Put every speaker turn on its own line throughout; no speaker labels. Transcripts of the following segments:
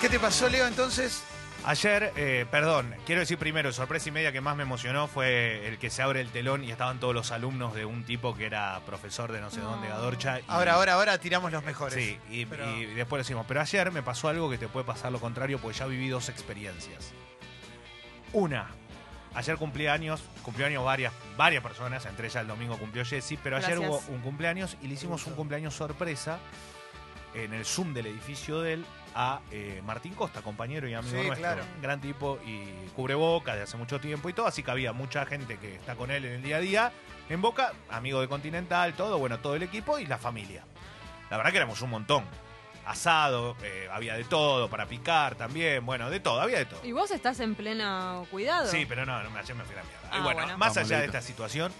¿Qué te pasó, Leo, entonces?
Ayer, eh, perdón, quiero decir primero, sorpresa y media que más me emocionó fue el que se abre el telón y estaban todos los alumnos de un tipo que era profesor de no sé dónde, Gadorcha. y-
Ahora, ahora, ahora tiramos los mejores.
Sí, y,
Pero-
y después lo decimos. Pero ayer me pasó algo que te puede pasar lo contrario porque ya viví dos experiencias. Una, ayer cumpleaños, cumpleaños varias, varias personas, entre ellas el domingo cumplió Jessy, pero ayer
Gracias.
hubo un cumpleaños y le hicimos un cumpleaños sorpresa en el Zoom del edificio de él a eh, Martín Costa, compañero y amigo
Sí,
nuestro.
claro.
Gran tipo y cubreboca de hace mucho tiempo y todo, así que había mucha gente que está con él en el día a día, en Boca, amigo de Continental, todo, bueno, todo el equipo y la familia. La verdad que éramos un montón. Asado, eh, había de todo, para picar también, bueno, de todo, había de todo.
Y vos estás en pleno cuidado.
Sí, pero no, no me, ayer me fui a la mierda. y
Ah,
bueno,
bueno.
más
Vamos,
allá de
Leito.
esta situación,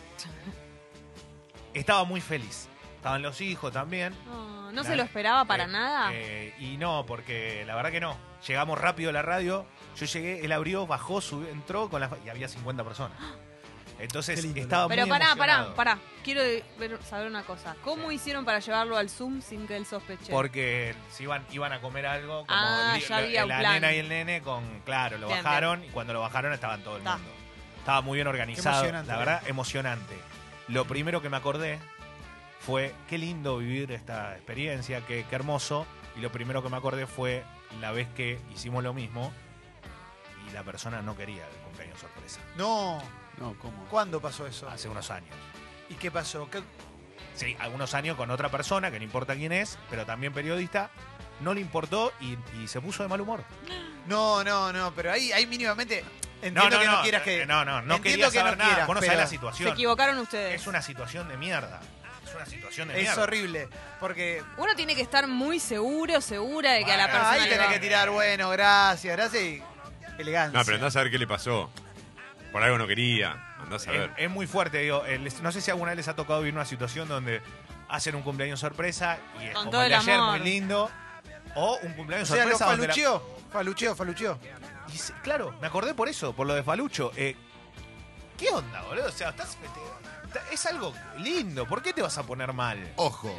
estaba muy feliz. Estaban los hijos también.
No, no
Nah.
se lo esperaba para
Eh,
nada.
eh, y no, porque la verdad que no. Llegamos rápido a la radio. Yo llegué, él abrió, bajó, subió, entró con la fa- y había 50 personas. Entonces
Qué lindo,
estaba
pero
muy
pará, pará,
emocionado.
pará. Quiero ver- saber una cosa. ¿Cómo hicieron para llevarlo al Zoom sin que él sospeche?
Porque se iban, iban a comer algo, como
Ah,
li-
ya
lo-
había un
la
plan.
nena y el nene con, claro, lo
Bien,
bajaron y cuando lo bajaron estaban todo el
Está.
mundo. Estaba muy bien organizado,
emocionante,
la verdad, emocionante. Lo primero que me acordé fue qué lindo vivir esta experiencia, qué, qué hermoso. Y lo primero que me acordé fue la vez que hicimos lo mismo y la persona no quería el cumpleaños sorpresa.
No,
No, ¿cómo?
¿cuándo pasó eso?
Hace unos años.
¿Y qué pasó? ¿Qué-
sí, algunos años con otra persona, que no importa quién es, pero también periodista, no le importó y, y se puso de mal humor.
No, no, no, pero ahí, ahí mínimamente. Entiendo que no, quieras que.
eh, No, no, no
entiendo
quería
que no
saber nada.
quieras,
Vos no
pero
sabés la
Se
situación.
equivocaron ustedes.
Es una situación de mierda. Es una situación de
Es
mierda.
horrible. Porque.
Uno tiene que estar muy seguro, segura de que a la
Bueno,
persona.
Ah, ahí
le
tenés
va.
que tirar, bueno, gracias, gracias y. Elegancia.
No, pero andás a ver qué le pasó. Por algo no quería. Andás a
Es,
ver.
es muy fuerte, digo. eh, les- no sé si alguna vez les ha tocado vivir una situación donde hacen un cumpleaños sorpresa y es
Con
como
todo
el de
el
ayer,
amor.
muy lindo. O un
O
cumpleaños
sea, lo
sorpresa donde la-
falucheó. Falucheó, falucheó.
Y se- claro, me acordé por eso, por lo de Falucho. Eh, ¿Qué onda, boludo? O sea, estás- te- es algo lindo. ¿Por qué te vas a poner mal?
Ojo,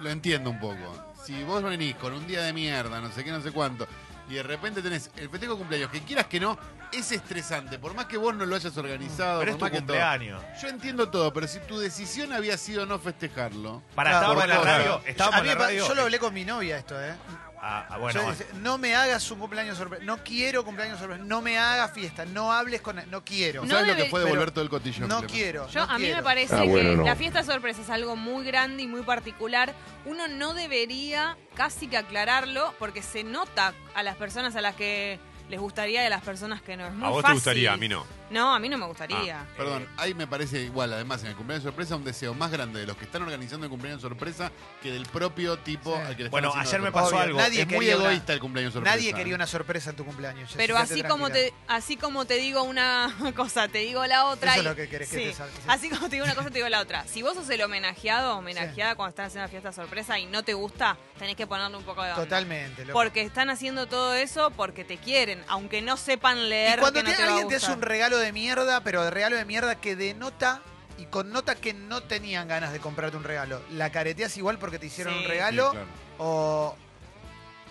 lo entiendo un poco. Si vos venís con un día de mierda, no sé qué, no sé cuánto, y de repente tenés el festejo de cumpleaños, que quieras que no, es estresante. Por más que vos no lo hayas organizado,
Pero
por
es tu
más que todo.
cumpleaños.
Yo entiendo todo, pero si tu decisión había sido no festejarlo,
Para,
Claro,
estábamos en la
por cosas.
radio. Estábamos
A
en
mí
la
me pa-
radio.
yo lo hablé con mi novia esto, ¿eh?
Ah, ah, bueno,
Yo
bueno.
dije, no me hagas un cumpleaños sorpresa. No quiero cumpleaños sorpresa. No me hagas fiesta. No hables con. No quiero.
No
¿sabes lo
debe-
que fue
Pero-
devolver todo el cotillo?
No
Clemen?
quiero.
Yo,
no
a mí me
quiero.
parece
Ah, bueno,
que
no.
la fiesta sorpresa es algo muy grande y muy particular. Uno no debería casi que aclararlo porque se nota a las personas a las que les gustaría y a las personas que no. Es muy
A vos te
fácil.
gustaría, a mí no.
No, a mí no me
Ah,
gustaría.
eh.
Perdón, ahí me parece igual, además, en el cumpleaños sorpresa, un deseo más grande de los que están organizando el cumpleaños sorpresa que del propio tipo
Sí.
al que le están
Bueno,
haciendo
ayer
la
me
sorpresa.
pasó
Obvio,
algo.
nadie
Es muy
quería una-
egoísta el cumpleaños sorpresa.
Nadie quería una sorpresa en tu cumpleaños.
Pero
Jessy,
así
quédate
como
tranquila.
te así como te digo una cosa, te digo la otra.
Eso
y-
es lo que querés que te salga, sí.
Así como te digo una cosa, te digo la otra. Si vos sos el homenajeado o homenajeada cuando estás haciendo una fiesta sorpresa y no te gusta, tenés que ponerle un poco de onda.
Totalmente. loco.
Porque están haciendo todo eso porque te quieren, aunque no sepan
Y
leer.
cuando
que no
te-
te va a
alguien te hace un
gustar.
regalo de mierda, pero de regalo de mierda que denota y connota que no tenían ganas de comprarte un regalo, ¿la careteas igual porque te hicieron
Sí.
un
Sí,
regalo?
claro.
o,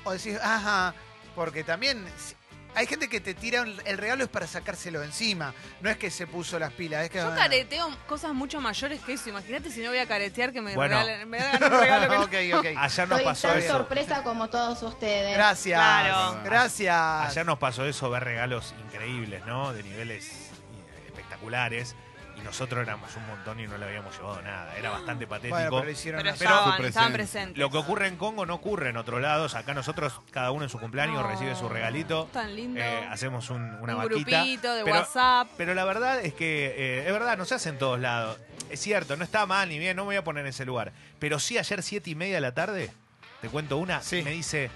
o decís, ajá, porque también si- hay gente que te tira un- el regalo es para sacárselo de encima, no es que se puso las pilas, es que... ah,
Yo careteo cosas mucho mayores que eso. Imagínate si no voy a caretear que me
Bueno.
regalen, me hagan un regalo que no-
ah, ok, ok.
Ayer nos
Soy
pasó
tan
eso.
sorpresa como todos ustedes.
Gracias.
Claro.
Gracias.
Ayer nos pasó eso, ver regalos increíbles, ¿no? De niveles eh, espectaculares. Y nosotros éramos un montón y no le habíamos llevado nada. Era bastante
Bueno,
patético.
pero lo hicieron
Pero
así.
estaban,
Su
estaban
presencia.
presentes.
Lo que ocurre en Congo no ocurre en otros lados. Acá nosotros, cada uno en su cumpleaños,
No,
recibe su regalito.
Tan lindo.
Eh, hacemos un- una
un
vaquita.
grupito de
pero,
WhatsApp.
pero la verdad es que, eh, es verdad, no se hace en todos lados. Es cierto, no está mal ni bien, no me voy a poner en ese lugar. Pero sí, ayer siete y media de la tarde, te cuento una,
Sí.
me dice,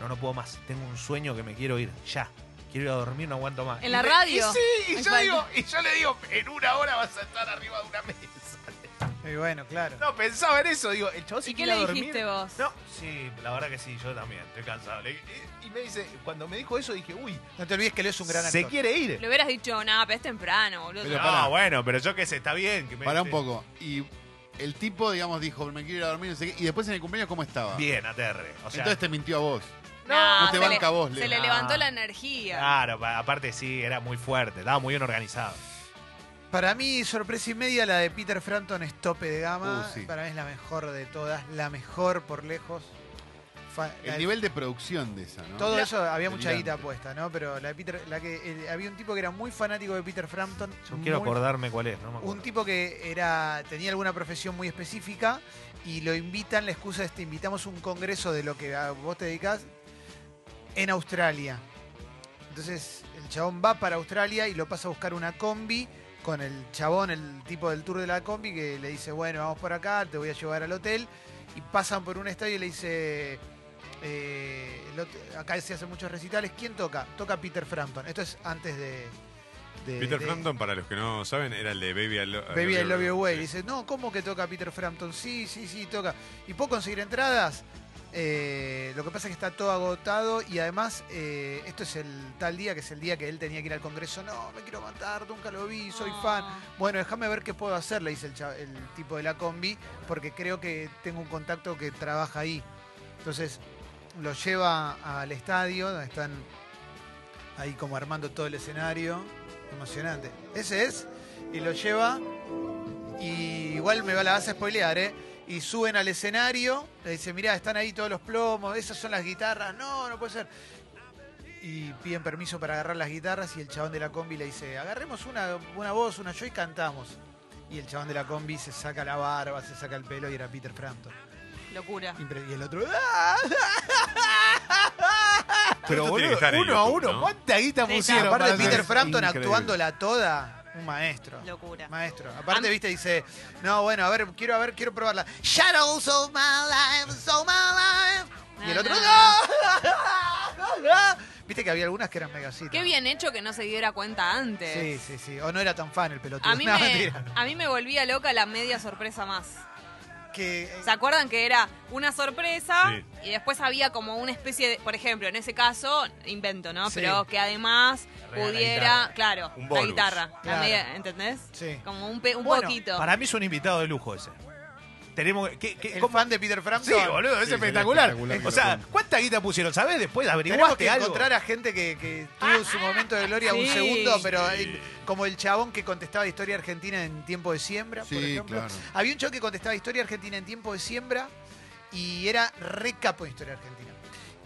no, no puedo más, tengo un sueño que me quiero ir, ya. Quiero ir a dormir, no aguanto más.
En la radio.
Y sí, y
En
yo,
cualquier-
digo, y yo le digo, en una hora vas a estar arriba de una mesa.
Y bueno, claro.
No, pensaba en eso, digo, el chavo se
¿Y qué
quiere ir
le
a dormir.
dijiste vos?
No, sí, la verdad que sí, yo también, estoy cansado. Le- Y, y me dice, cuando me dijo eso dije, uy,
No te olvides que Leo es un gran actor.
se quiere ir.
Le hubieras dicho, nada, pero es temprano, boludo.
Pero
no,
pará.
bueno, pero yo qué sé, está bien. Que me-
Pará un poco. Y el tipo, digamos, dijo, me quiero ir a dormir, no sé qué. Y después en el cumpleaños, ¿cómo estaba?
Bien, aterre. O sea,
Entonces te mintió a vos. No, te
se
banca
le-
vos, Leo.
Se le
Ah.
levantó la energía.
Claro, pa- aparte sí, era muy fuerte, estaba muy bien organizado.
Para mí, sorpresa y media, la de Peter Frampton es tope de gama.
Uh, sí.
Para mí es la mejor de todas, la mejor por lejos. Fa- la-
El nivel de producción de esa, ¿no?
todo eso había mucha
delirante.
guita puesta, ¿no? Pero la de Peter, la que el- había un tipo que era muy fanático de Peter Frampton.
Yo quiero
muy-
acordarme cuál es, no me acuerdo.
Un tipo que era tenía alguna profesión muy específica y lo invitan, la excusa es te invitamos a un congreso de lo que a vos te dedicás en Australia. Entonces el chabón va para Australia y lo pasa a buscar una combi con el chabón, el tipo del tour de la combi, que le dice, bueno, vamos por acá, te voy a llevar al hotel. Y pasan por un estadio y le dice, eh, el hot- acá se hacen muchos recitales, ¿quién toca? Toca Peter Frampton. Esto es antes de... de-
Peter
de-
Frampton, para los que no saben, era el de Baby I Lo-
Baby I Love You Away.
Sí.
Dice, no, ¿cómo que toca Peter Frampton? Sí, sí, sí, toca. ¿Y puedo conseguir entradas? Eh, lo que pasa es que está todo agotado y además eh, esto es el tal día que es el día que él tenía que ir al congreso. No, me quiero matar, nunca lo vi, soy
Ah.
fan. Bueno, déjame ver qué puedo hacer, le dice el, cha- el tipo de la combi, porque creo que tengo un contacto que trabaja ahí. Entonces lo lleva al estadio, donde están ahí como armando todo el escenario. Emocionante. Ese es. Y lo lleva. Y igual me va, la vas a spoilear, ¿eh? Y suben al escenario. Le dice, mirá, están ahí todos los plomos, esas son las guitarras. No, no puede ser. Y piden permiso para agarrar las guitarras y el chabón de la combi le dice, agarremos una, una voz, una yo y cantamos. Y el chabón de la combi se saca la barba, se saca el pelo y era Peter Frampton.
Locura.
Impre- Y el otro... "Ah".
Pero
Esto
boludo,
tiene que estar en
uno a
YouTube,
uno,
¿no?
¿cuánta guita
Sí,
pusieron?
claro.
Aparte
para
Peter
hacer-
Frampton
increíble.
actuándola toda, un maestro.
Locura.
Maestro. Aparte,
Am-
viste, dice, no, bueno, a ver, quiero a ver, quiero probarla. Shadows of my life, so my life. Y el
Na,
otro, no. Viste que había algunas que eran megacitas.
Qué bien hecho que no se diera cuenta antes.
Sí, sí, sí. O no era tan fan el pelotudo.
A mí,
No,
me,
mentira.
a mí me volvía loca la media sorpresa más.
Que,
¿Se acuerdan que era una sorpresa
Sí.
y después había como una especie de, por ejemplo, en ese caso, invento, ¿no?
Sí.
Pero que además
Regala
pudiera,
guitarra.
claro,
Un
la
bonus.
guitarra, la
Claro.
media, ¿entendés?
Sí.
Como un, pe- un
Bueno,
poquito.
Para mí es un invitado de lujo ese. Tenemos que- que-
el
¿cómo?
fan de Peter
Sí,
Frampton.
boludo, es
Sí, sería
espectacular.
espectacular que
O
lo
sea,
ponga.
¿cuánta guita pusieron? ¿Sabés? Después
Tenemos
averiguaste
que
algo.
encontrar a gente que, que tuvo su momento de gloria un
Ah, Sí.
segundo, pero
Sí.
eh, como el chabón que contestaba historia argentina en tiempo de siembra, por
Sí,
ejemplo.
claro.
Había un chabón que contestaba historia argentina en tiempo de siembra y era re capo de historia argentina.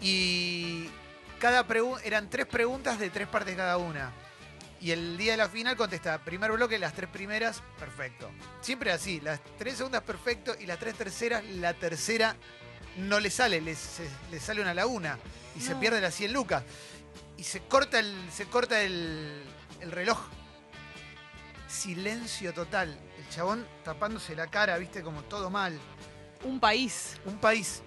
Y cada pregu- eran tres preguntas de tres partes cada una. Y el día de la final contestaba, primer bloque, las tres primeras, perfecto. Siempre así, las tres segundas, perfecto, y las tres terceras, la tercera no le sale, le, se- le sale una laguna y se
No.
pierde las 100 lucas. Y se corta el, se corta el, el reloj. Silencio total. El chabón tapándose la cara, viste, como todo mal.
Un país.
Un país.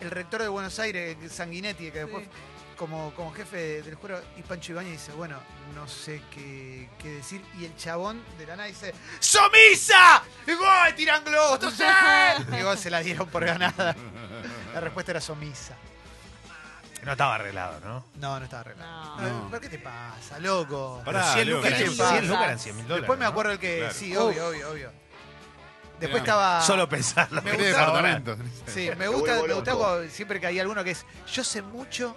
El rector de Buenos Aires, Sanguinetti, que después
Sí.
como, como jefe de- del jurado, y Pancho Ibañez dice, bueno, no sé qué, qué decir. Y el chabón de la nada dice, ¡Somisa! Y voy, tiran globos, no sé". Y vos se la dieron por ganada. La respuesta era Somisa.
No estaba arreglado, ¿no?
No, no estaba arreglado.
No.
No,
No.
¿Pero qué te pasa, loco?
Pará,
Pero 100
Leo,
lucas
¿qué
eran
te
100
pasa?
lucas eran 100 mil dólares.
Después me
¿no?
acuerdo el que.
Claro.
Sí, obvio, obvio, obvio. Después
Mirá,
estaba.
Solo pensarlo.
Me
Tenés
gusta-
departamento.
Sí, me gusta, me gusta cuando- siempre que hay alguno que es. Yo sé mucho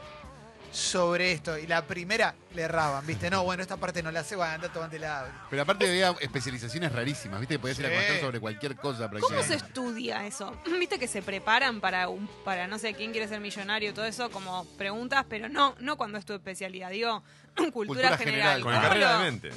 sobre esto. Y la primera le erraban, ¿viste? No, bueno, esta parte no la sé, bueno, anda tomate la.
Pero aparte había especializaciones rarísimas, ¿viste? Que podías ir a
Sí.
contar sobre cualquier cosa
¿Cómo se
prácticamente.
estudia eso? Viste que se preparan para un, para no sé quién quiere ser millonario, todo eso, como preguntas, pero no, no cuando es tu especialidad, digo, cultura,
Cultura general,
general.
Con la
¿Cómo
carrera
lo-
de mente.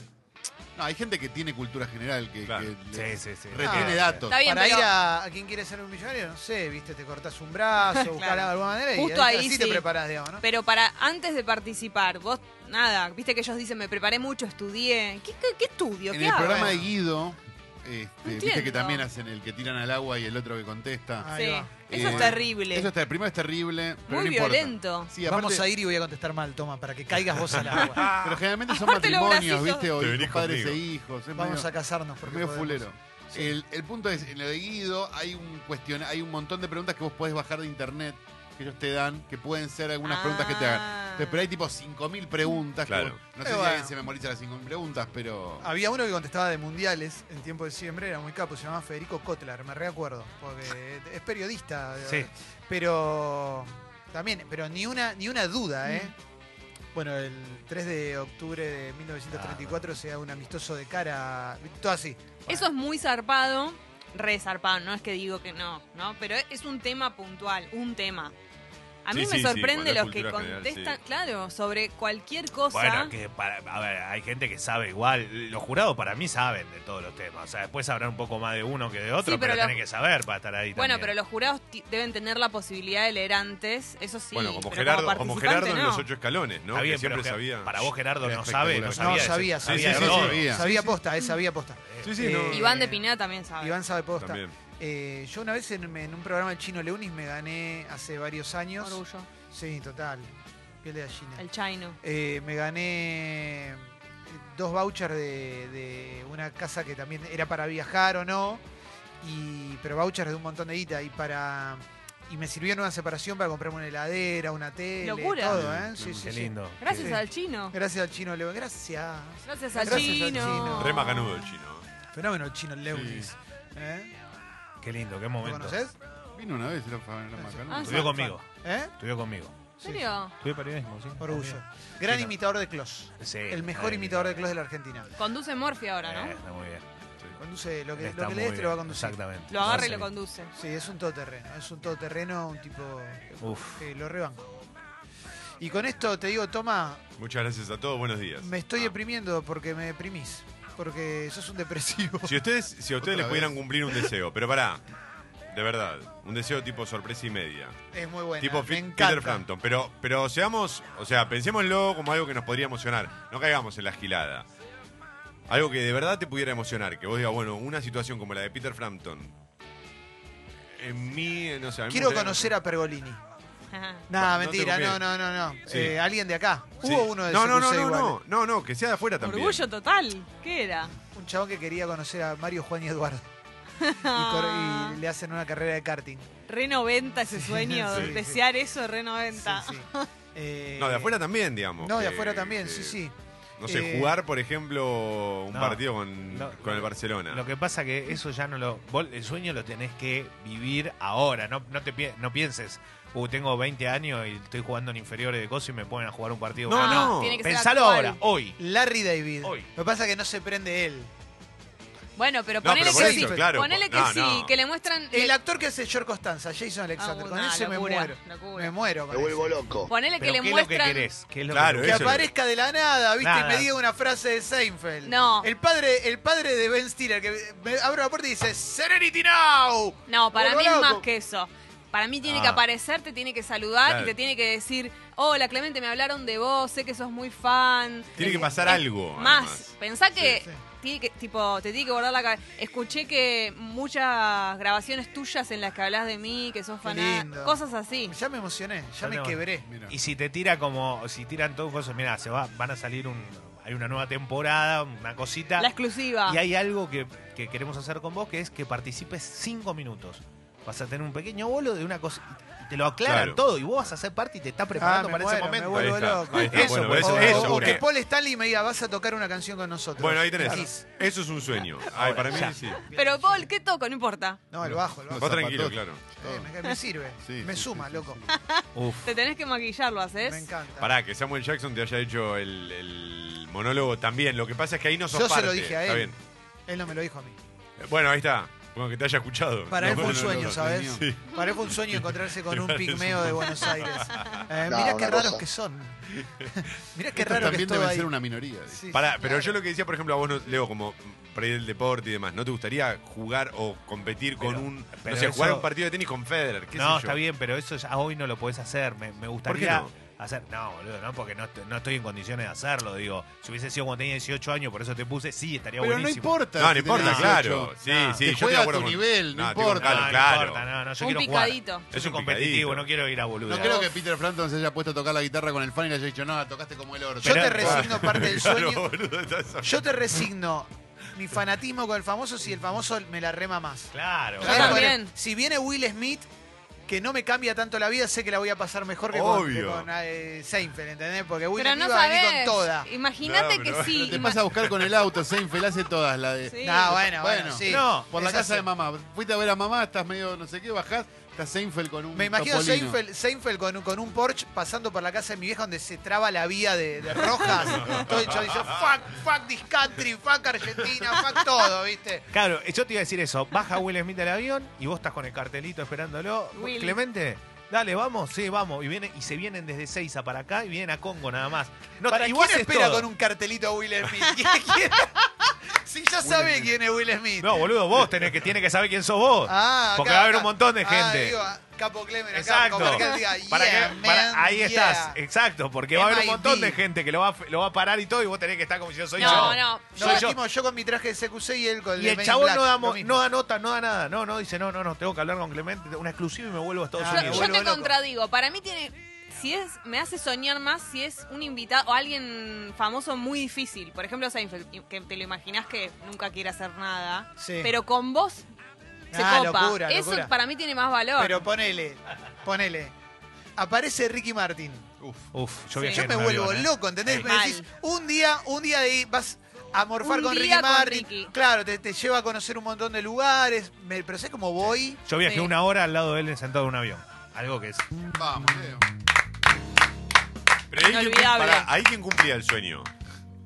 No, hay gente que tiene cultura general, que,
Claro.
que le-
Sí, sí, sí.
retiene
Ah,
datos.
Está bien,
Para
pero-
ir a, a quien quiere ser un millonario, no sé, ¿viste? Te cortás un brazo, buscás de alguna manera y
Justo
así
ahí
te
sí.
preparás, digamos, ¿no?
Pero para antes de participar, vos, nada, viste que ellos dicen, me preparé mucho, estudié. ¿Qué, qué- qué estudio?
En
¿Qué
el
hago?
programa de Guido, este, viste que
Entiendo.
también hacen el que tiran al agua y el otro que contesta.
Ahí
Sí,
va.
eso
Eh,
es terrible.
Eso está, primero es terrible, pero
Muy
no importa.
violento.
Sí, aparte-
Vamos a ir y voy a contestar mal, toma, para que caigas vos al agua.
Pero generalmente son
Aparte los
matrimonios,
bracitos.
¿viste? O
Te venís
hijos, padres
conmigo.
e hijos. es
Vamos
medio-
a casarnos porque
medio
podemos.
fulero. El, el punto es, en lo de Guido hay un cuestiona- hay un montón de preguntas que vos podés bajar de internet, que ellos te dan, que pueden ser algunas
Ah.
preguntas que te hagan. Entonces, pero hay tipo 5.000 preguntas. que
Claro.
vos- no
Eh,
sé si
bueno. Ah.
alguien se memoriza las 5.000 preguntas, pero...
Había uno que contestaba de mundiales en tiempo de siempre, era muy capo, se llamaba Federico Kotler, me recuerdo, porque es periodista,
Sí.
eh, pero También, pero ni una, ni una duda, ¿eh?
Mm.
Bueno, el 3 de octubre de 1934
Ah,
se da un amistoso de cara, todo así.
Eso es muy zarpado, re zarpado, no es que digo que no, ¿no? Pero es un tema puntual, un tema. A mí
Sí,
me
sí, sí,
sorprende
cuando es
los que
cultura general,
contestan,
sí.
claro, sobre cualquier cosa.
Bueno, que para- a ver, hay gente que sabe igual. Los jurados para mí saben de todos los temas. O sea, después habrá un poco más de uno que de otro,
Sí, pero
pero,
los-
tienen que saber para estar ahí
Bueno,
también.
pero los jurados ti- deben tener la posibilidad de leer antes, eso sí.
bueno, como
pero
Gerardo, como
participante,
Gerardo en
no.
los ocho escalones, ¿no?
Está bien,
que siempre
pero Ger-
sabía.
Para vos, Gerardo,
Era
no sabe, no
espectacular.
sabía. de-
No, sabía,
de
sabía,
sí,
todo.
sí, sabía.
Sabía posta, eh, sabía posta.
Sí, sí,
Eh,
no.
Iván de Piná también sabe.
Iván sabe posta.
También.
Eh, yo una vez en, en un programa del Chino Leunis me gané hace varios años.
Orgullo,
Sí, total. Piel de gallina.
el chino.
Eh, me gané eh, dos vouchers de, de una casa que también era para viajar o no, y, pero vouchers de un montón de guita y para y me sirvió en una separación para comprarme una heladera, una tele,
Locura.
todo, ¿eh? Sí,
Qué
sí,
Qué
sí.
lindo.
Gracias
Sí.
al chino.
Gracias al chino Leo, gracias.
Gracias al
Gracias al
chino.
chino.
Re macanudo el chino.
Fenómeno el chino Leunis. ¿Eh?
Qué lindo, qué
¿Lo
momento.
conoces?
Vino una vez, era fan- era macanudo.
Ah,
Estudió
Fan,
conmigo,
¿Eh?
estudió conmigo.
¿En serio?
Estudió periodismo, sí.
Orgullo. Gran
Chino.
imitador de Clos.
Sí,
El mejor
ahí,
imitador de
ahí.
Clos de la Argentina.
Conduce Morphy ahora,
Eh,
¿no?
Está muy bien.
Conduce lo que,
Está
lo que
muy
le des te lo va a
bien,
conducir.
Exactamente.
Lo agarra y
Sí.
lo conduce.
Sí, es un todoterreno, es un todoterreno, un tipo
Uf.
que eh, lo rebanco. Y con esto te digo, toma,
Muchas gracias a todos, buenos días.
me estoy
Ah.
deprimiendo porque me deprimís, porque sos un depresivo.
Si ustedes, si a ustedes
Otra
les pudieran
vez.
cumplir un deseo, pero pará, de verdad, un deseo tipo sorpresa y media.
Es muy bueno.
tipo
me
Fit-
encanta.
Peter Frampton. Pero, pero seamos, o sea, pensémoslo como algo que nos podría emocionar. No caigamos en la gilada. Algo que de verdad te pudiera emocionar. Que vos digas, bueno, una situación como la de Peter Frampton. En mí, no sé. a mí me
Quiero
gustaría-
conocer a Pergolini.
Ajá.
Nada,
¿eh? no
mentira,
tengo
no,
que-
no, no, no.
Sí.
Eh, Alguien de acá.
Sí.
Hubo uno de
no, no, no,
CQC
no,
igual.
no, no, no, que sea de afuera también.
Orgullo total. ¿Qué era?
Un chabón que quería conocer a Mario Juan y Eduardo. y, cor- y le hacen una carrera de karting.
Re 90 ese sueño,
sí, sí.
desear eso, re
Sí,
90.
sí. Eh,
No, de afuera también, digamos.
No, de
que-
afuera también,
que-
sí, sí.
No sé,
Eh,
jugar, por ejemplo, un
No,
partido con,
no,
con el
lo-
Barcelona.
Lo que pasa que eso ya no lo. vos el sueño lo tenés que vivir ahora. No, no, te, pi- no pienses, uh, tengo 20 años y estoy jugando en inferiores de cosas y me ponen a jugar un partido.
No, no.
Ah, tiene que ser
Pensalo
actual.
ahora, hoy.
Larry David.
Hoy.
Lo que pasa es que no se prende él.
Bueno, pero
No,
ponele
pero por
que
eso,
sí.
claro,
ponele que
no,
sí,
no.
que le muestran.
El
le-
actor que hace George Constanza, Jason
Eh,
Alexander,
Ah,
con
una
ese me
locura,
muero.
locura.
Me muero. con
Me vuelvo
ese.
loco.
ponele que
Pero
le
¿qué es lo
muestran.
que querés? ¿Qué es lo
Claro,
que
Que
eso.
aparezca de la nada, ¿viste?
Nada.
Y me diga una frase de Seinfeld.
No.
El padre, el padre de Ben Stiller, que me abre la puerta y dice, Serenity Now.
No, para
Vuelvo
mí es más
loco.
que eso. Para mí tiene
Ah.
que aparecer, te tiene que saludar
Claro.
y te tiene que decir, hola Clemente, me hablaron de vos, sé que sos muy fan.
Tiene que
Eh,
pasar
eh,
algo,
Más,
además.
pensá que,
Sí, sí.
tiene que, tipo, te tiene que guardar la cabeza. Escuché que muchas grabaciones tuyas en las que hablas de mí, que sos
lindo.
fanático, cosas así.
Ya me emocioné, ya me
Bueno.
quebré.
Mira.
Y si te tira como. Si tiran todo cosas, mira, se va, van a salir un. Hay una nueva temporada, una cosita.
La exclusiva.
Y hay algo que, que queremos hacer con vos, que es que participes cinco minutos. Vas a tener un pequeño bolo de una cosa. y Te lo aclaran
Claro.
todo y vos vas a ser parte y te está preparando
Ah, me
para
muero,
ese
me
momento.
vuelvo
Ahí está,
loco.
ahí está,
Eso,
bueno,
por
eso,
o,
eso,
o
una-
que Paul Stanley me diga, vas a tocar una canción con nosotros.
Bueno, ahí tenés.
Kiss.
Eso es un sueño. Ay, para mí sí.
Pero Paul, ¿qué toco? No importa.
No, el bajo, el
Los
bajo.
Vos tranquilo,
zapatos,
claro.
todo.
Eh, me, me sirve,
Sí,
me
sí,
suma,
sí, sí,
loco.
Uf.
Te tenés que maquillar, lo haces.
Me encanta.
Pará, que Samuel Jackson te haya hecho el, el monólogo también. Lo que pasa es que ahí no sos
Yo se
parte.
lo dije a
Está
él.
bien.
Él no me lo dijo a mí.
Eh, Bueno, ahí está. Bueno, que te haya escuchado.
Para
No,
él fue un
no, no,
sueño,
no.
¿sabes?
no, no,
Para él fue un sueño encontrarse con un
Claro, es
pigmeo de Buenos Aires. Eh,
No,
mirá
una
qué raros
cosa.
que son. mirá qué
Esto
raro que
también
estoy
debe
ahí.
ser una minoría. dice.
Sí, sí,
Pará, pero
claro.
yo lo que decía, por ejemplo, a vos, no- Leo, como para ir el deporte y demás, ¿no te gustaría jugar o competir con
Pero-
un.
pero
no sé, jugar
eso-
un partido de tenis con Federer? ¿qué sé
No,
yo?
está bien, pero eso ya hoy no lo podés hacer. Me, me gustaría
¿Por qué
hacer. No, boludo, no, porque no, est- no estoy en condiciones de hacerlo. Digo, si hubiese sido cuando tenía 18 años, por eso te puse, sí, estaría
Pero no
buenísimo.
importa.
No,
si
no importa,
tenés
claro.
18.
Sí,
No.
sí,
Te
yo estoy
juega
de acuerdo
a tu
con-
nivel, no
estoy con
No,
importa.
Calo,
no
claro.
importa, no, no, yo
Un
quiero
picadito.
jugar.
Es
Es un
un
competitivo,
picadito.
no quiero ir a boludo.
No creo que Peter Frampton se haya puesto a tocar la guitarra con el fan y le haya dicho, no, tocaste como el oro.
Yo te
Pero-
resigno parte del
Claro,
sueño.
boludo, estás-
Yo te resigno mi fanatismo con el famoso si el famoso me la rema más.
Claro.
Yo
¿Sabés?
claro.
también.
Porque Si viene Will Smith, que no me cambia tanto la vida, sé que la voy a pasar mejor que con, que
Obvio.
con, eh, Seinfeld, ¿entendés? Porque Will
Pero no
Smith va a venir con
sabés.
toda.
Imagínate
No,
que
pero-
sí.
Te
ima-
pasa a buscar con el auto, Seinfeld hace todas, la de...
Sí.
No, bueno, bueno,
Bueno,
sí.
no,
Por la
Esa
casa
sí.
de mamá. Fuiste a ver a mamá, estás medio no sé qué, bajás. Está Seinfeld con un
Me imagino
topolino.
Seinfeld, Seinfeld con, un- con un Porsche pasando por la casa de mi vieja donde se traba la vía de, de Rojas. todo hecho, dice, fuck, fuck this country, fuck Argentina, fuck todo, ¿viste?
Claro, yo te iba a decir eso. Baja Will Smith del avión y vos estás con el cartelito esperándolo.
Will.
Clemente, dale, vamos, sí, vamos. Y viene, y se vienen desde Seiza para acá y vienen a Congo nada más. No,
¿Para
y
quién
vos haces
espera
todo.
con un cartelito a Will Smith? ¿Quién- quién? Si ya sabe quién es Will Smith.
No, boludo, vos tenés que, tiene que saber quién sos vos.
Ah,
porque
acá,
va a haber
acá.
un montón de
Ah,
gente.
digo, ah, Capo Clemen, acá,
Exacto.
como para que diga,
Para
"Yeah,
que- para-
man,
ahí
yeah".
estás, Eh, exacto, porque va a haber un
MIB.
montón de gente que lo va, a- lo va a parar y todo, y vos tenés que estar como si yo soy
No,
yo.
no,
No,
Soy yo.
yo. yo con mi traje de CQC y él con
Y
de
el
Men in
chabón
Black,
no da,
lo
mo-
mismo.
no da nota, no da nada. No, no, dice, no, no, no, tengo que hablar con Clemente, una exclusiva y me vuelvo a Estados
Ah,
Yo,
me
Unidos.
yo
vuelvo
te
loco.
contradigo. Para mí tiene. Si es, me hace soñar más si es un invitado o alguien famoso muy difícil. Por ejemplo, Seinfeld, que te lo imaginás que nunca quiere hacer nada.
Sí.
Pero con vos se
Ah,
copa.
locura,
Eso
locura.
para mí tiene más valor.
Pero ponele, ponele. Aparece Ricky Martin.
Uf.
Uf, yo
Sí.
viajé
Yo
en
me
un
vuelvo
avión, ¿eh?
loco, ¿entendés?
Sí.
Me decís, un día, un día de ahí vas a morfar
Un
con
día
Ricky
con
Martin.
Ricky.
Claro, te, te lleva a conocer un montón de lugares. Me, pero ¿sabés cómo voy?
Yo viajé
Sí.
una hora al lado de él sentado en un avión. Algo que es.
Vamos, Leo.
Pero ahí, quien,
Inolvidable.
pará, ahí quien cumplía el sueño.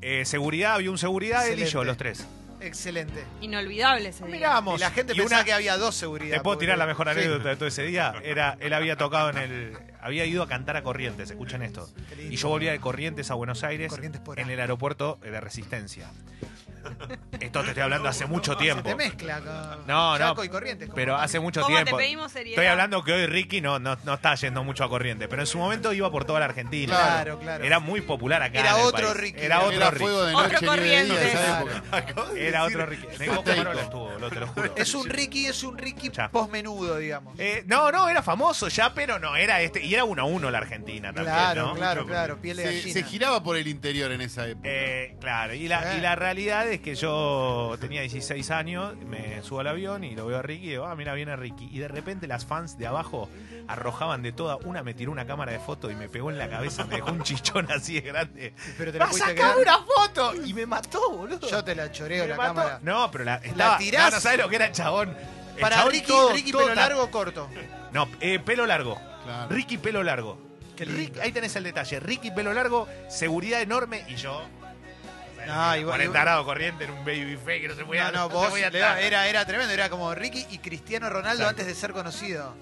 Eh, seguridad, había un seguridad, él y yo,
Excelente.
los tres.
Excelente.
Inolvidable ese día.
Miramos.
Y la gente
y
pensaba
una-
que había dos seguridad.
Te puedo
porque-
tirar la mejor
Sí.
anécdota de todo ese día. Era, él había tocado en el. Había ido a cantar a Corrientes, escuchen esto.
Qué lindo.
Y yo volvía de Corrientes a Buenos Aires
Corrientes por ahí.
en el aeropuerto de Resistencia. Esto te estoy hablando hace mucho tiempo.
Se te mezcla con
No, no.
Chaco y Corrientes. como
Pero
Martin.
hace mucho
Boba, te
tiempo.
pedimos seriedad.
Estoy hablando que hoy Ricky no, no, no está yendo mucho a Corrientes, pero en su momento iba por toda la Argentina.
Claro, claro.
Era muy popular acá.
Era
en el
otro
país.
Ricky.
Era otro
Era
Ricky.
fuego de
Otro
noche, ni de día de esa
Corrientes.
época.
Era otro Ricky. Nego
Mateico.
Camarón estuvo, boludo, te lo juro.
Es un Ricky, es un Ricky
Ya.
posmenudo, digamos.
Eh, no, no, era famoso ya, pero no, era este. Y era 1 a 1 la Argentina también,
claro,
¿no?
claro, claro. Piel de
Se,
gallina.
se giraba por el interior en esa época.
Eh, claro, y la, y la realidad es que yo tenía 16 años, me subo al avión y lo veo a Ricky y digo, ah, mira, viene Ricky. Y de repente las fans de abajo arrojaban de toda, una me tiró una cámara de foto y me pegó en la cabeza, me dejó un chichón así de grande.
Pero te la
¡Va a
pudiste
sacar
quedar.
una foto! Y me mató, boludo.
Yo te la choreo
Me
la
mató.
cámara.
No, pero la, estaba,
tirás.
No, no sabes lo que era el chabón. El
Para
chabón
Ricky,
todo-
Ricky
todo
pelo
tap-
largo o corto.
No, eh, pelo largo.
Claro.
Ricky pelo largo.
Qué
Rick-
lindo.
ahí tenés el detalle. Ricky pelo largo, seguridad enorme y yo.
No, Ah, igual-
40 grados corriente en un baby fake, no se puede
No, no,
se
vos,
podía
Leo,
atar.
era, era tremendo, era como Ricky y Cristiano Ronaldo
Exacto.
antes de ser conocido.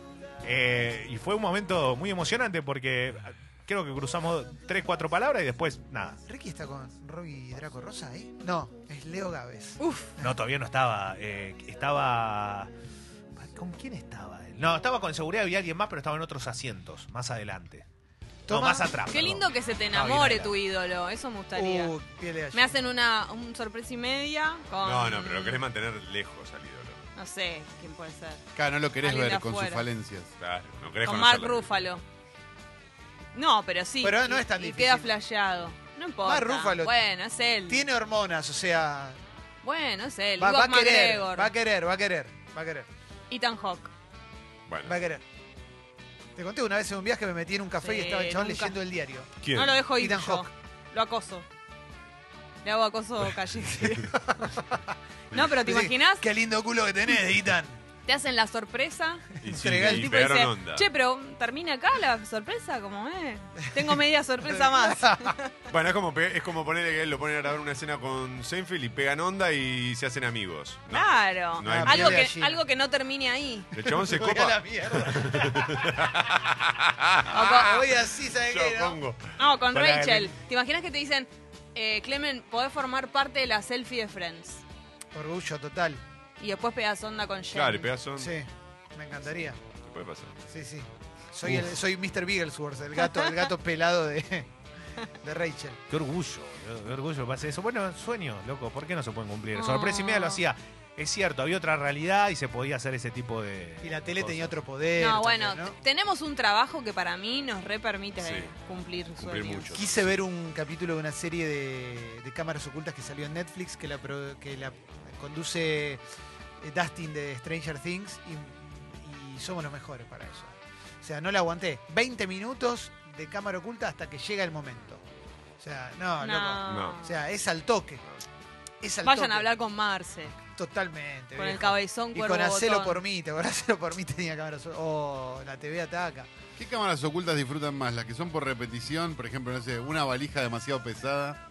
Eh, y fue un momento muy emocionante porque ah, creo que cruzamos tres, cuatro palabras y después, nada.
¿Ricky está con Robbie Draco Rosa ahí? No, es Leo Gávez.
No, todavía no estaba. eh, estaba. ¿Con quién estaba él? No, estaba con seguridad, había alguien más, pero estaba en otros asientos, más adelante. No,
Toma.
más atrás.
Qué
perdón.
lindo que se te
No,
enamore
bien,
tu ídolo. Eso me gustaría.
Uh, piel de gallina.
me hacen una un sorpresa y media con.
No, no, pero lo querés mantener lejos al ídolo.
No sé quién puede ser.
Claro, no lo querés
Alguien
ver
de
con sus
afuera.
falencias.
Claro, no querés
con Mark
conocerlo.
Ruffalo. No, pero sí.
Pero no
y-
es tan
y
difícil.
queda flasheado. No importa.
Mark Ruffalo
Bueno, es él.
Tiene hormonas, o sea,
Bueno, es él.
va, va a
Iwan
querer,
McGregor,
va a querer, va a querer, va a querer,
Ethan Hawke.
Bueno,
va a querer. Te conté una vez en un viaje me metí en un café y
Sí,
estaba el chabón
nunca.
leyendo el diario.
¿quién?
No lo dejo ir
Ethan
yo.
Hawke.
Lo acoso. Le hago acoso callejero. no, pero ¿te imaginas?
Qué lindo culo que tenés, Itan.
Te hacen la sorpresa.
Y, sí,
Entrega el
y
El tipo
pegaron
dice,
onda.
che, pero termina acá la sorpresa, como, eh. Tengo media sorpresa más.
Bueno, es como, pe- es como ponerle que él lo pone a grabar una escena con Seinfeld y pegan onda y se hacen amigos. No.
Claro.
No hay
algo,
piel de
que,
gallina.
algo que no termine ahí.
El chabón se
Voy a la
copa.
mierda.
O
Ah, Voy así, ¿sabes qué?
Yo
no?
pongo.
con- no, con
Para
Rachel.
el-
¿Te imaginas que te dicen, eh, Clemen, podés formar parte de la selfie de Friends?
Orgullo total.
Y después pegas onda con Jen.
Claro, y pegas onda.
Sí, me encantaría.
Te puede pasar.
Sí, sí. Soy, el, soy Mr. Bigglesworth, el gato, el gato pelado de, de Rachel.
Qué orgullo, qué orgullo que pase eso. Bueno, sueños, loco, ¿por qué no se pueden cumplir?
Ah.
No.
Sorpresa y media lo hacía. Es cierto, había otra realidad y se podía hacer ese tipo de.
Y la tele
cosas.
tenía otro poder.
No,
también,
bueno,
¿no?
t- tenemos un trabajo que para mí nos re permite
Sí.
cumplir,
Cumplir
sueños.
mucho.
Quise ver un capítulo de una serie de, de cámaras ocultas que salió en Netflix, que la, pro- que la conduce eh, Dustin de Stranger Things, y, y somos los mejores para eso. O sea, no la aguanté. 20 minutos de cámara oculta hasta que llega el momento. O sea, no, loco.
No.
No.
O sea, es al toque. Es al
Vayan
toque.
a hablar con Marce.
Totalmente.
Con el
viejo.
cabezón,
Y
cuervo
con Hacelo
botón.
por mí, te acordás? Hacelo por mí tenía cámara so- Oh, la TV ataca.
¿Qué cámaras ocultas disfrutan más? Las que son por repetición, por ejemplo, no sé, una valija demasiado pesada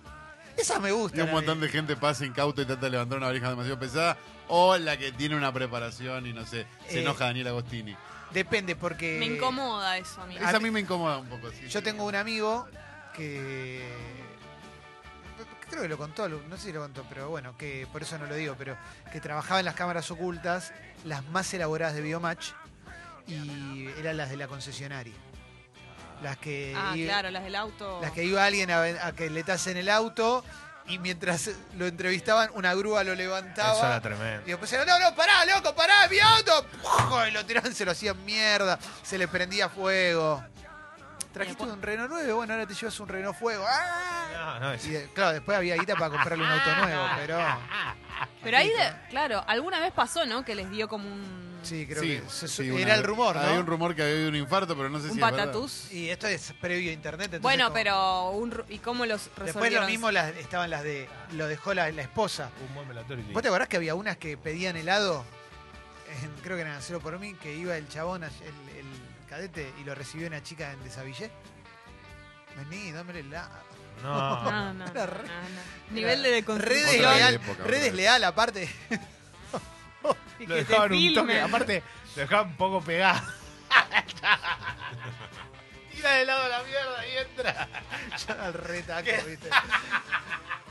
Esas me
y
gustan.
un
a
montón
mí.
de gente pasa incauta y trata de levantar una valija demasiado pesada, o la que tiene una preparación y no sé, se
Eh,
enoja Daniel Agostini.
Depende, porque.
Me incomoda eso a mí.
Esa a mí me incomoda un poco. sí.
Yo tengo un amigo que. Creo que lo contó, lo- no sé si lo contó, pero bueno, que por eso no lo digo, pero que trabajaba en las cámaras ocultas, las más elaboradas de Biomatch, y eran las de la concesionaria. Las que.
Ah,
iba-
claro, las del auto.
Las que iba alguien a, a que le tasen el auto y mientras lo entrevistaban, una grúa lo levantaba.
Eso era tremendo.
Y después era, no, no, pará, loco, pará, mi auto. Y lo tiraban, se lo hacían mierda, se le prendía fuego. Trajiste
Bien,
un Renault 9, bueno, ahora te llevas un Renault Fuego. ¡Ah!
No, no, es-
Y de- claro, después había guita para comprarle un auto nuevo, pero.
Pero ahí, de- claro, alguna vez pasó, ¿no? Que les dio como un.
Sí, creo
Sí,
que se-
sí,
era
una
el
vez.
rumor, ¿no?
Había un rumor que había habido un infarto, pero no sé
un
si es verdad.
patatús.
Y esto es previo a internet. entonces
Bueno,
como-
pero. Un, ru- ¿Y cómo los
Después
resolvieron?
lo mismo las, estaban las de. Lo dejó la, la esposa.
Un buen velatorio y
¿Vos te acordás que había unas que pedían helado? En- creo que eran cero por mí, que iba el chabón, a- el, el cadete, y lo recibió una chica en Desavillé. Vení, dame el helado.
listo. No.
No, no, no,
Era
no,
re-
no. Nivel de
Redes
Otra
desconstrucción.
leal,
época, otra
redes
época.
leal aparte.
Y
Lo
que te
dejaban un toque.
filmen.
Aparte, lo dejaban un poco pegado. Tira de lado la mierda y entra.
ya al retaco, ¿viste?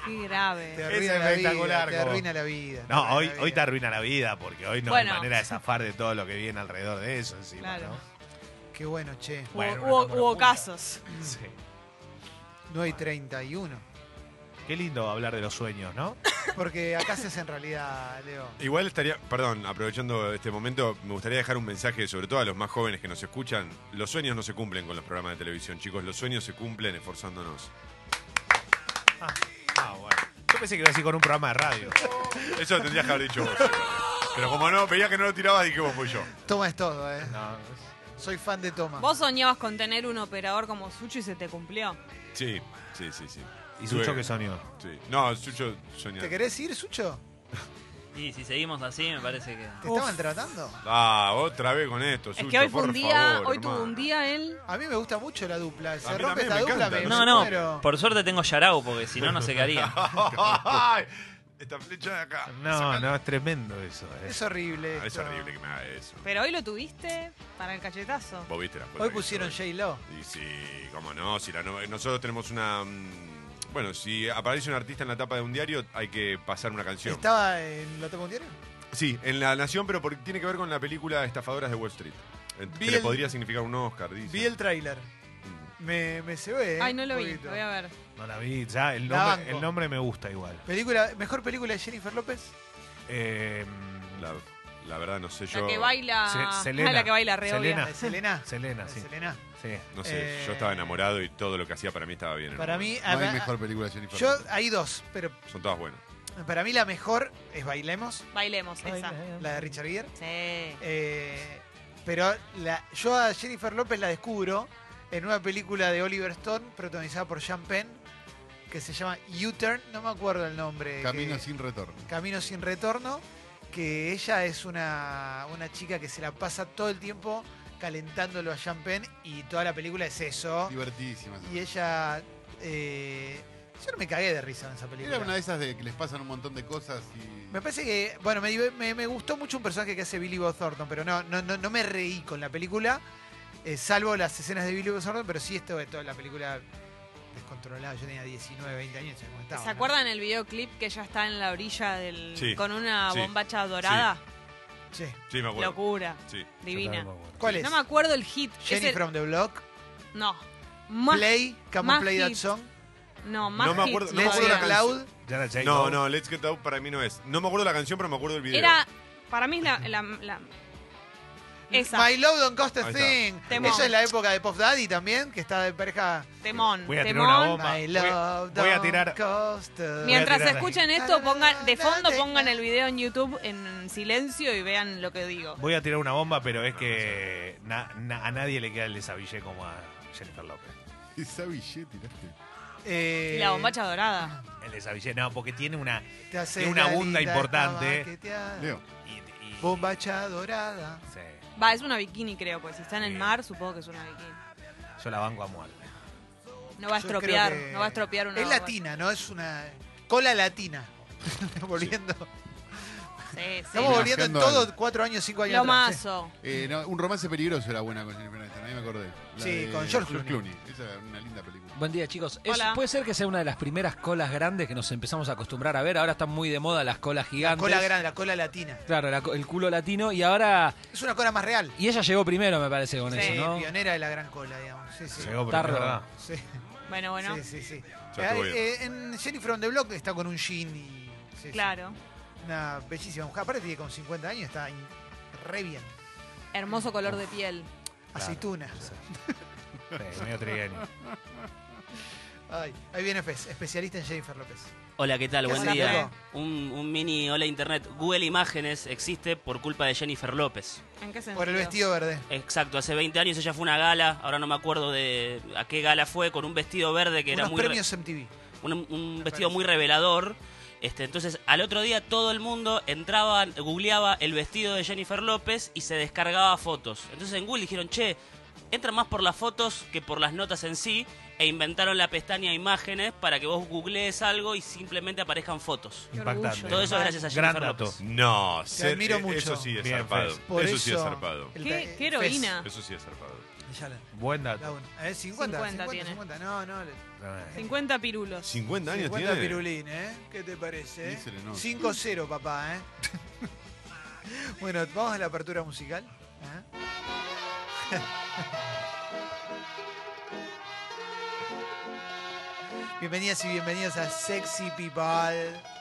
Qué
Te
grave.
arruina la vida.
espectacular
Te
como-
arruina la vida.
No, hoy,
la
hoy te
vida.
arruina la vida porque hoy no
Bueno.
hay manera de zafar de todo lo que viene alrededor de eso encima,
Claro.
¿no?
Qué bueno, che.
Hubo-
Bueno, una
hubo
cámara
hubo
oculta.
casos.
Sí.
9 y 31.
Qué lindo hablar de los sueños, ¿no?
Porque acá se hace en realidad, Leo.
Igual estaría, perdón, aprovechando este momento, me gustaría dejar un mensaje, sobre todo a los más jóvenes que nos escuchan. Los sueños no se cumplen con los programas de televisión, chicos. Los sueños se cumplen esforzándonos.
Ah, bueno. Yo pensé que iba a decir con un programa de radio.
Eso tendrías que haber dicho vos. Pero como no, veía que no lo tirabas, dije vos, fui yo.
Toma es todo, ¿eh?
No,
Soy fan de Toma.
Vos soñabas con tener un operador como Sucho y se te cumplió.
Sí, sí, sí, sí.
¿Y Sucho
Tuve-
qué soñó?
Sí. No, Sucho soñó.
¿Te querés ir, Sucho?
Y si seguimos así, me parece que.
¿Te
Uf.
estaban tratando?
Ah, otra vez con esto, Sucho,
es que hoy fue
por
un día,
favor,
hoy tuvo
hermano.
un día él.
A mí me gusta mucho la dupla.
A
Se
mí
rompe
también
esta
me
dupla,
encanta,
me
No, no,
muero.
por suerte tengo Yarau, porque si no, no se quedaría.
Ay, Esta flecha de
Ah,
acá.
No, no, es tremendo eso. eh.
Es horrible.
Ah, Es
esto.
horrible que me haga eso.
Pero hoy lo tuviste para el cachetazo.
Vos viste la foto
Hoy
que
pusieron
hizo
J-Lo.
Y sí, cómo no, si la no- nosotros tenemos una... mm, Bueno, si aparece un artista en la tapa de un diario, hay que pasar una canción.
¿Estaba en la Tapa Diario?
Sí, en La Nación, pero porque tiene que ver con la película Estafadoras de Wall Street. Eh,
Vi
Que le
el-
podría significar un Oscar, dice. Mm,
Vi el tráiler. Me, me se ve. ¿eh?
Ay, no lo
Un
vi,
poquito.
lo voy a ver.
No la vi, ya, el
La
nombre,
banco.
el nombre me gusta igual.
Película, mejor película de Jennifer López.
Eh,
La, la verdad no sé, yo...
La que baila.
Se-
ah,
Selena.
la que baila re
Selena.
obvia.
La de Selena. La
Selena,
de
sí.
Selena.
sí.
No sé,
Eh,
yo estaba enamorado y todo lo que hacía para mí estaba bien. en
Para
un
mí,
No hay
a-
mejor película de Jennifer.
yo
López.
hay dos, pero
momento. Son todas buenas.
para mí la mejor es Bailemos,
Bailemos, esa.
la de Richard Gere.
Sí.
Eh, pero la- yo a Jennifer López la descubro en una película de Oliver Stone protagonizada por Sean Penn que se llama U-Turn, no me acuerdo el nombre.
Camino
que-
sin retorno.
Camino sin retorno, que ella es una, una chica que se la pasa todo el tiempo calentándolo a Sean Penn y toda la película es eso.
Divertidísima. esa
Y ella... eh, yo no me cagué de risa en esa película.
Era una de esas de que les pasan un montón de cosas y.
Me parece que, bueno, me, div- me- me gustó mucho un personaje que hace Billy Bob Thornton, pero no, no, no, no me reí con la película, eh, salvo las escenas de Billy Bob Thornton, pero sí esto de toda la película descontrolada. Yo tenía 19, 20 años, ya me estaba,
¿Se
¿no?
acuerdan el videoclip que ella está en la orilla del.
Sí,
con una
sí,
bombacha dorada?
Sí.
Sí, me acuerdo.
Locura.
Sí.
Divina.
¿Cuál es?
No me acuerdo el hit. Es
Jenny
el-
from the Block,
No. Más-
Play, Come on
más
Play That
hits.
Song,
No, más
No me
hits
acuerdo- no me
Let's
acuerdo
Get
la
todavía.
Loud.
canción. No, no, Let's Get Out para mí no es. No me acuerdo la canción, pero me acuerdo del video.
Era. Para mí es la. la- la- esa.
My Love Don't Cost a
Ahí
Thing.
está.
Temón.
Esa es la época de Pop Daddy también, que está de pareja.
Temón.
Voy a tirar
temón.
una bomba.
My
Voy-
Love
voy a
Don't
tirar-
Cost a-
Mira,
Mientras
tirar ahí.
escuchen esto, pongan de fondo pongan el video en YouTube en silencio y vean lo que digo.
Voy a tirar una bomba, pero es que na- na- a nadie le queda el desabillé como a Jennifer López.
Esa billete tiraste.
Eh,
Y la bombacha dorada.
Les avisé, no, porque tiene una.
Eh, te hace
tiene una
la
bunda
linda
importante. eh.
tabaqueteada.
Leo.
y- y-
Bombacha dorada.
Sí,
Va, es una bikini, creo, pues si está en el
Bien.
mar, supongo que es una bikini.
yo la banco a muerte.
No va a
Yo creo
estropear,
que-
no va a estropear una
Es
bomba.
latina, ¿no? Es una cola latina. volviendo.
Sí, sí.
Estamos volviendo en
Haciendo
todo
algo.
cuatro años, cinco años.
Lo
atrás, sí.
mazo.
Eh, no, un romance peligroso era buena con Jennifer Aniston, ahí me acordé. La
Sí,
de
con George Clooney.
Esa era una linda película.
Buen día, chicos. Es-
Hola.
puede ser que sea una de las primeras colas grandes que nos empezamos a acostumbrar a ver. Ahora están muy de moda las colas
La
gigantes.
cola grande, la cola latina.
Claro, la co- el culo latino. Y ahora.
Es una cola más real.
Y ella llegó primero, me parece, con
Sí,
Eh,
eso, ¿no?
Pionera de la gran cola, digamos. Sí, sí.
Llegó, pero
Tardo.
es verdad.
Sí,
Bueno, bueno,
sí, sí, sí.
Ya estuvo
Eh,
bien.
eh, en Jennifer on the Block está con un jean y. sí, sí.
claro.
Una bellísima mujer. Aparte que con 50 años está in- re bien.
Hermoso color de piel.
Aceituna.
Sí, medio trigueño.
Ay, ahí viene Fez, especialista en Jennifer López.
Hola, ¿qué tal?
¿Qué
Buen
haces,
día.
Pedro?
Un, un mini hola internet. Google Imágenes existe por culpa de Jennifer López.
¿En qué sentido?
Por el vestido verde.
Exacto, hace 20 años ella fue a una gala, ahora no me acuerdo de a qué gala fue, con un vestido verde que era
Unos
muy re-
premios MTV.
un, un
parece.
vestido muy revelador. Este, entonces, al otro día todo el mundo entraba, googleaba el vestido de Jennifer López y se descargaba fotos. Entonces en Google dijeron, che, entran más por las fotos que por las notas en sí e inventaron la pestaña imágenes para que vos googlees algo y simplemente aparezcan fotos.
Qué
Impactante.
orgullo.
Todo eso gracias a Jennifer
Gran dato.
López.
No, ser-
admiro
eh,
mucho.
Eso sí es
Bien,
zarpado.
Fez.
Por
eso, sí es zarpado.
el-
Qué-
eh,
qué
Fez.
heroína.
Eso sí es zarpado.
Ya la-
Buen
la Eh,
dato.
una. A ver, 50, 50,
50
50,
tiene.
No, no. le-
50 pirulos.
50 años
50
tiene.
pirulín, ¿eh? ¿Qué te parece? eh?
Sí, se le nota.
5-0, papá, ¿eh? bueno, vamos a la apertura musical. ¿eh? Bienvenidas y bienvenidos a Sexy People.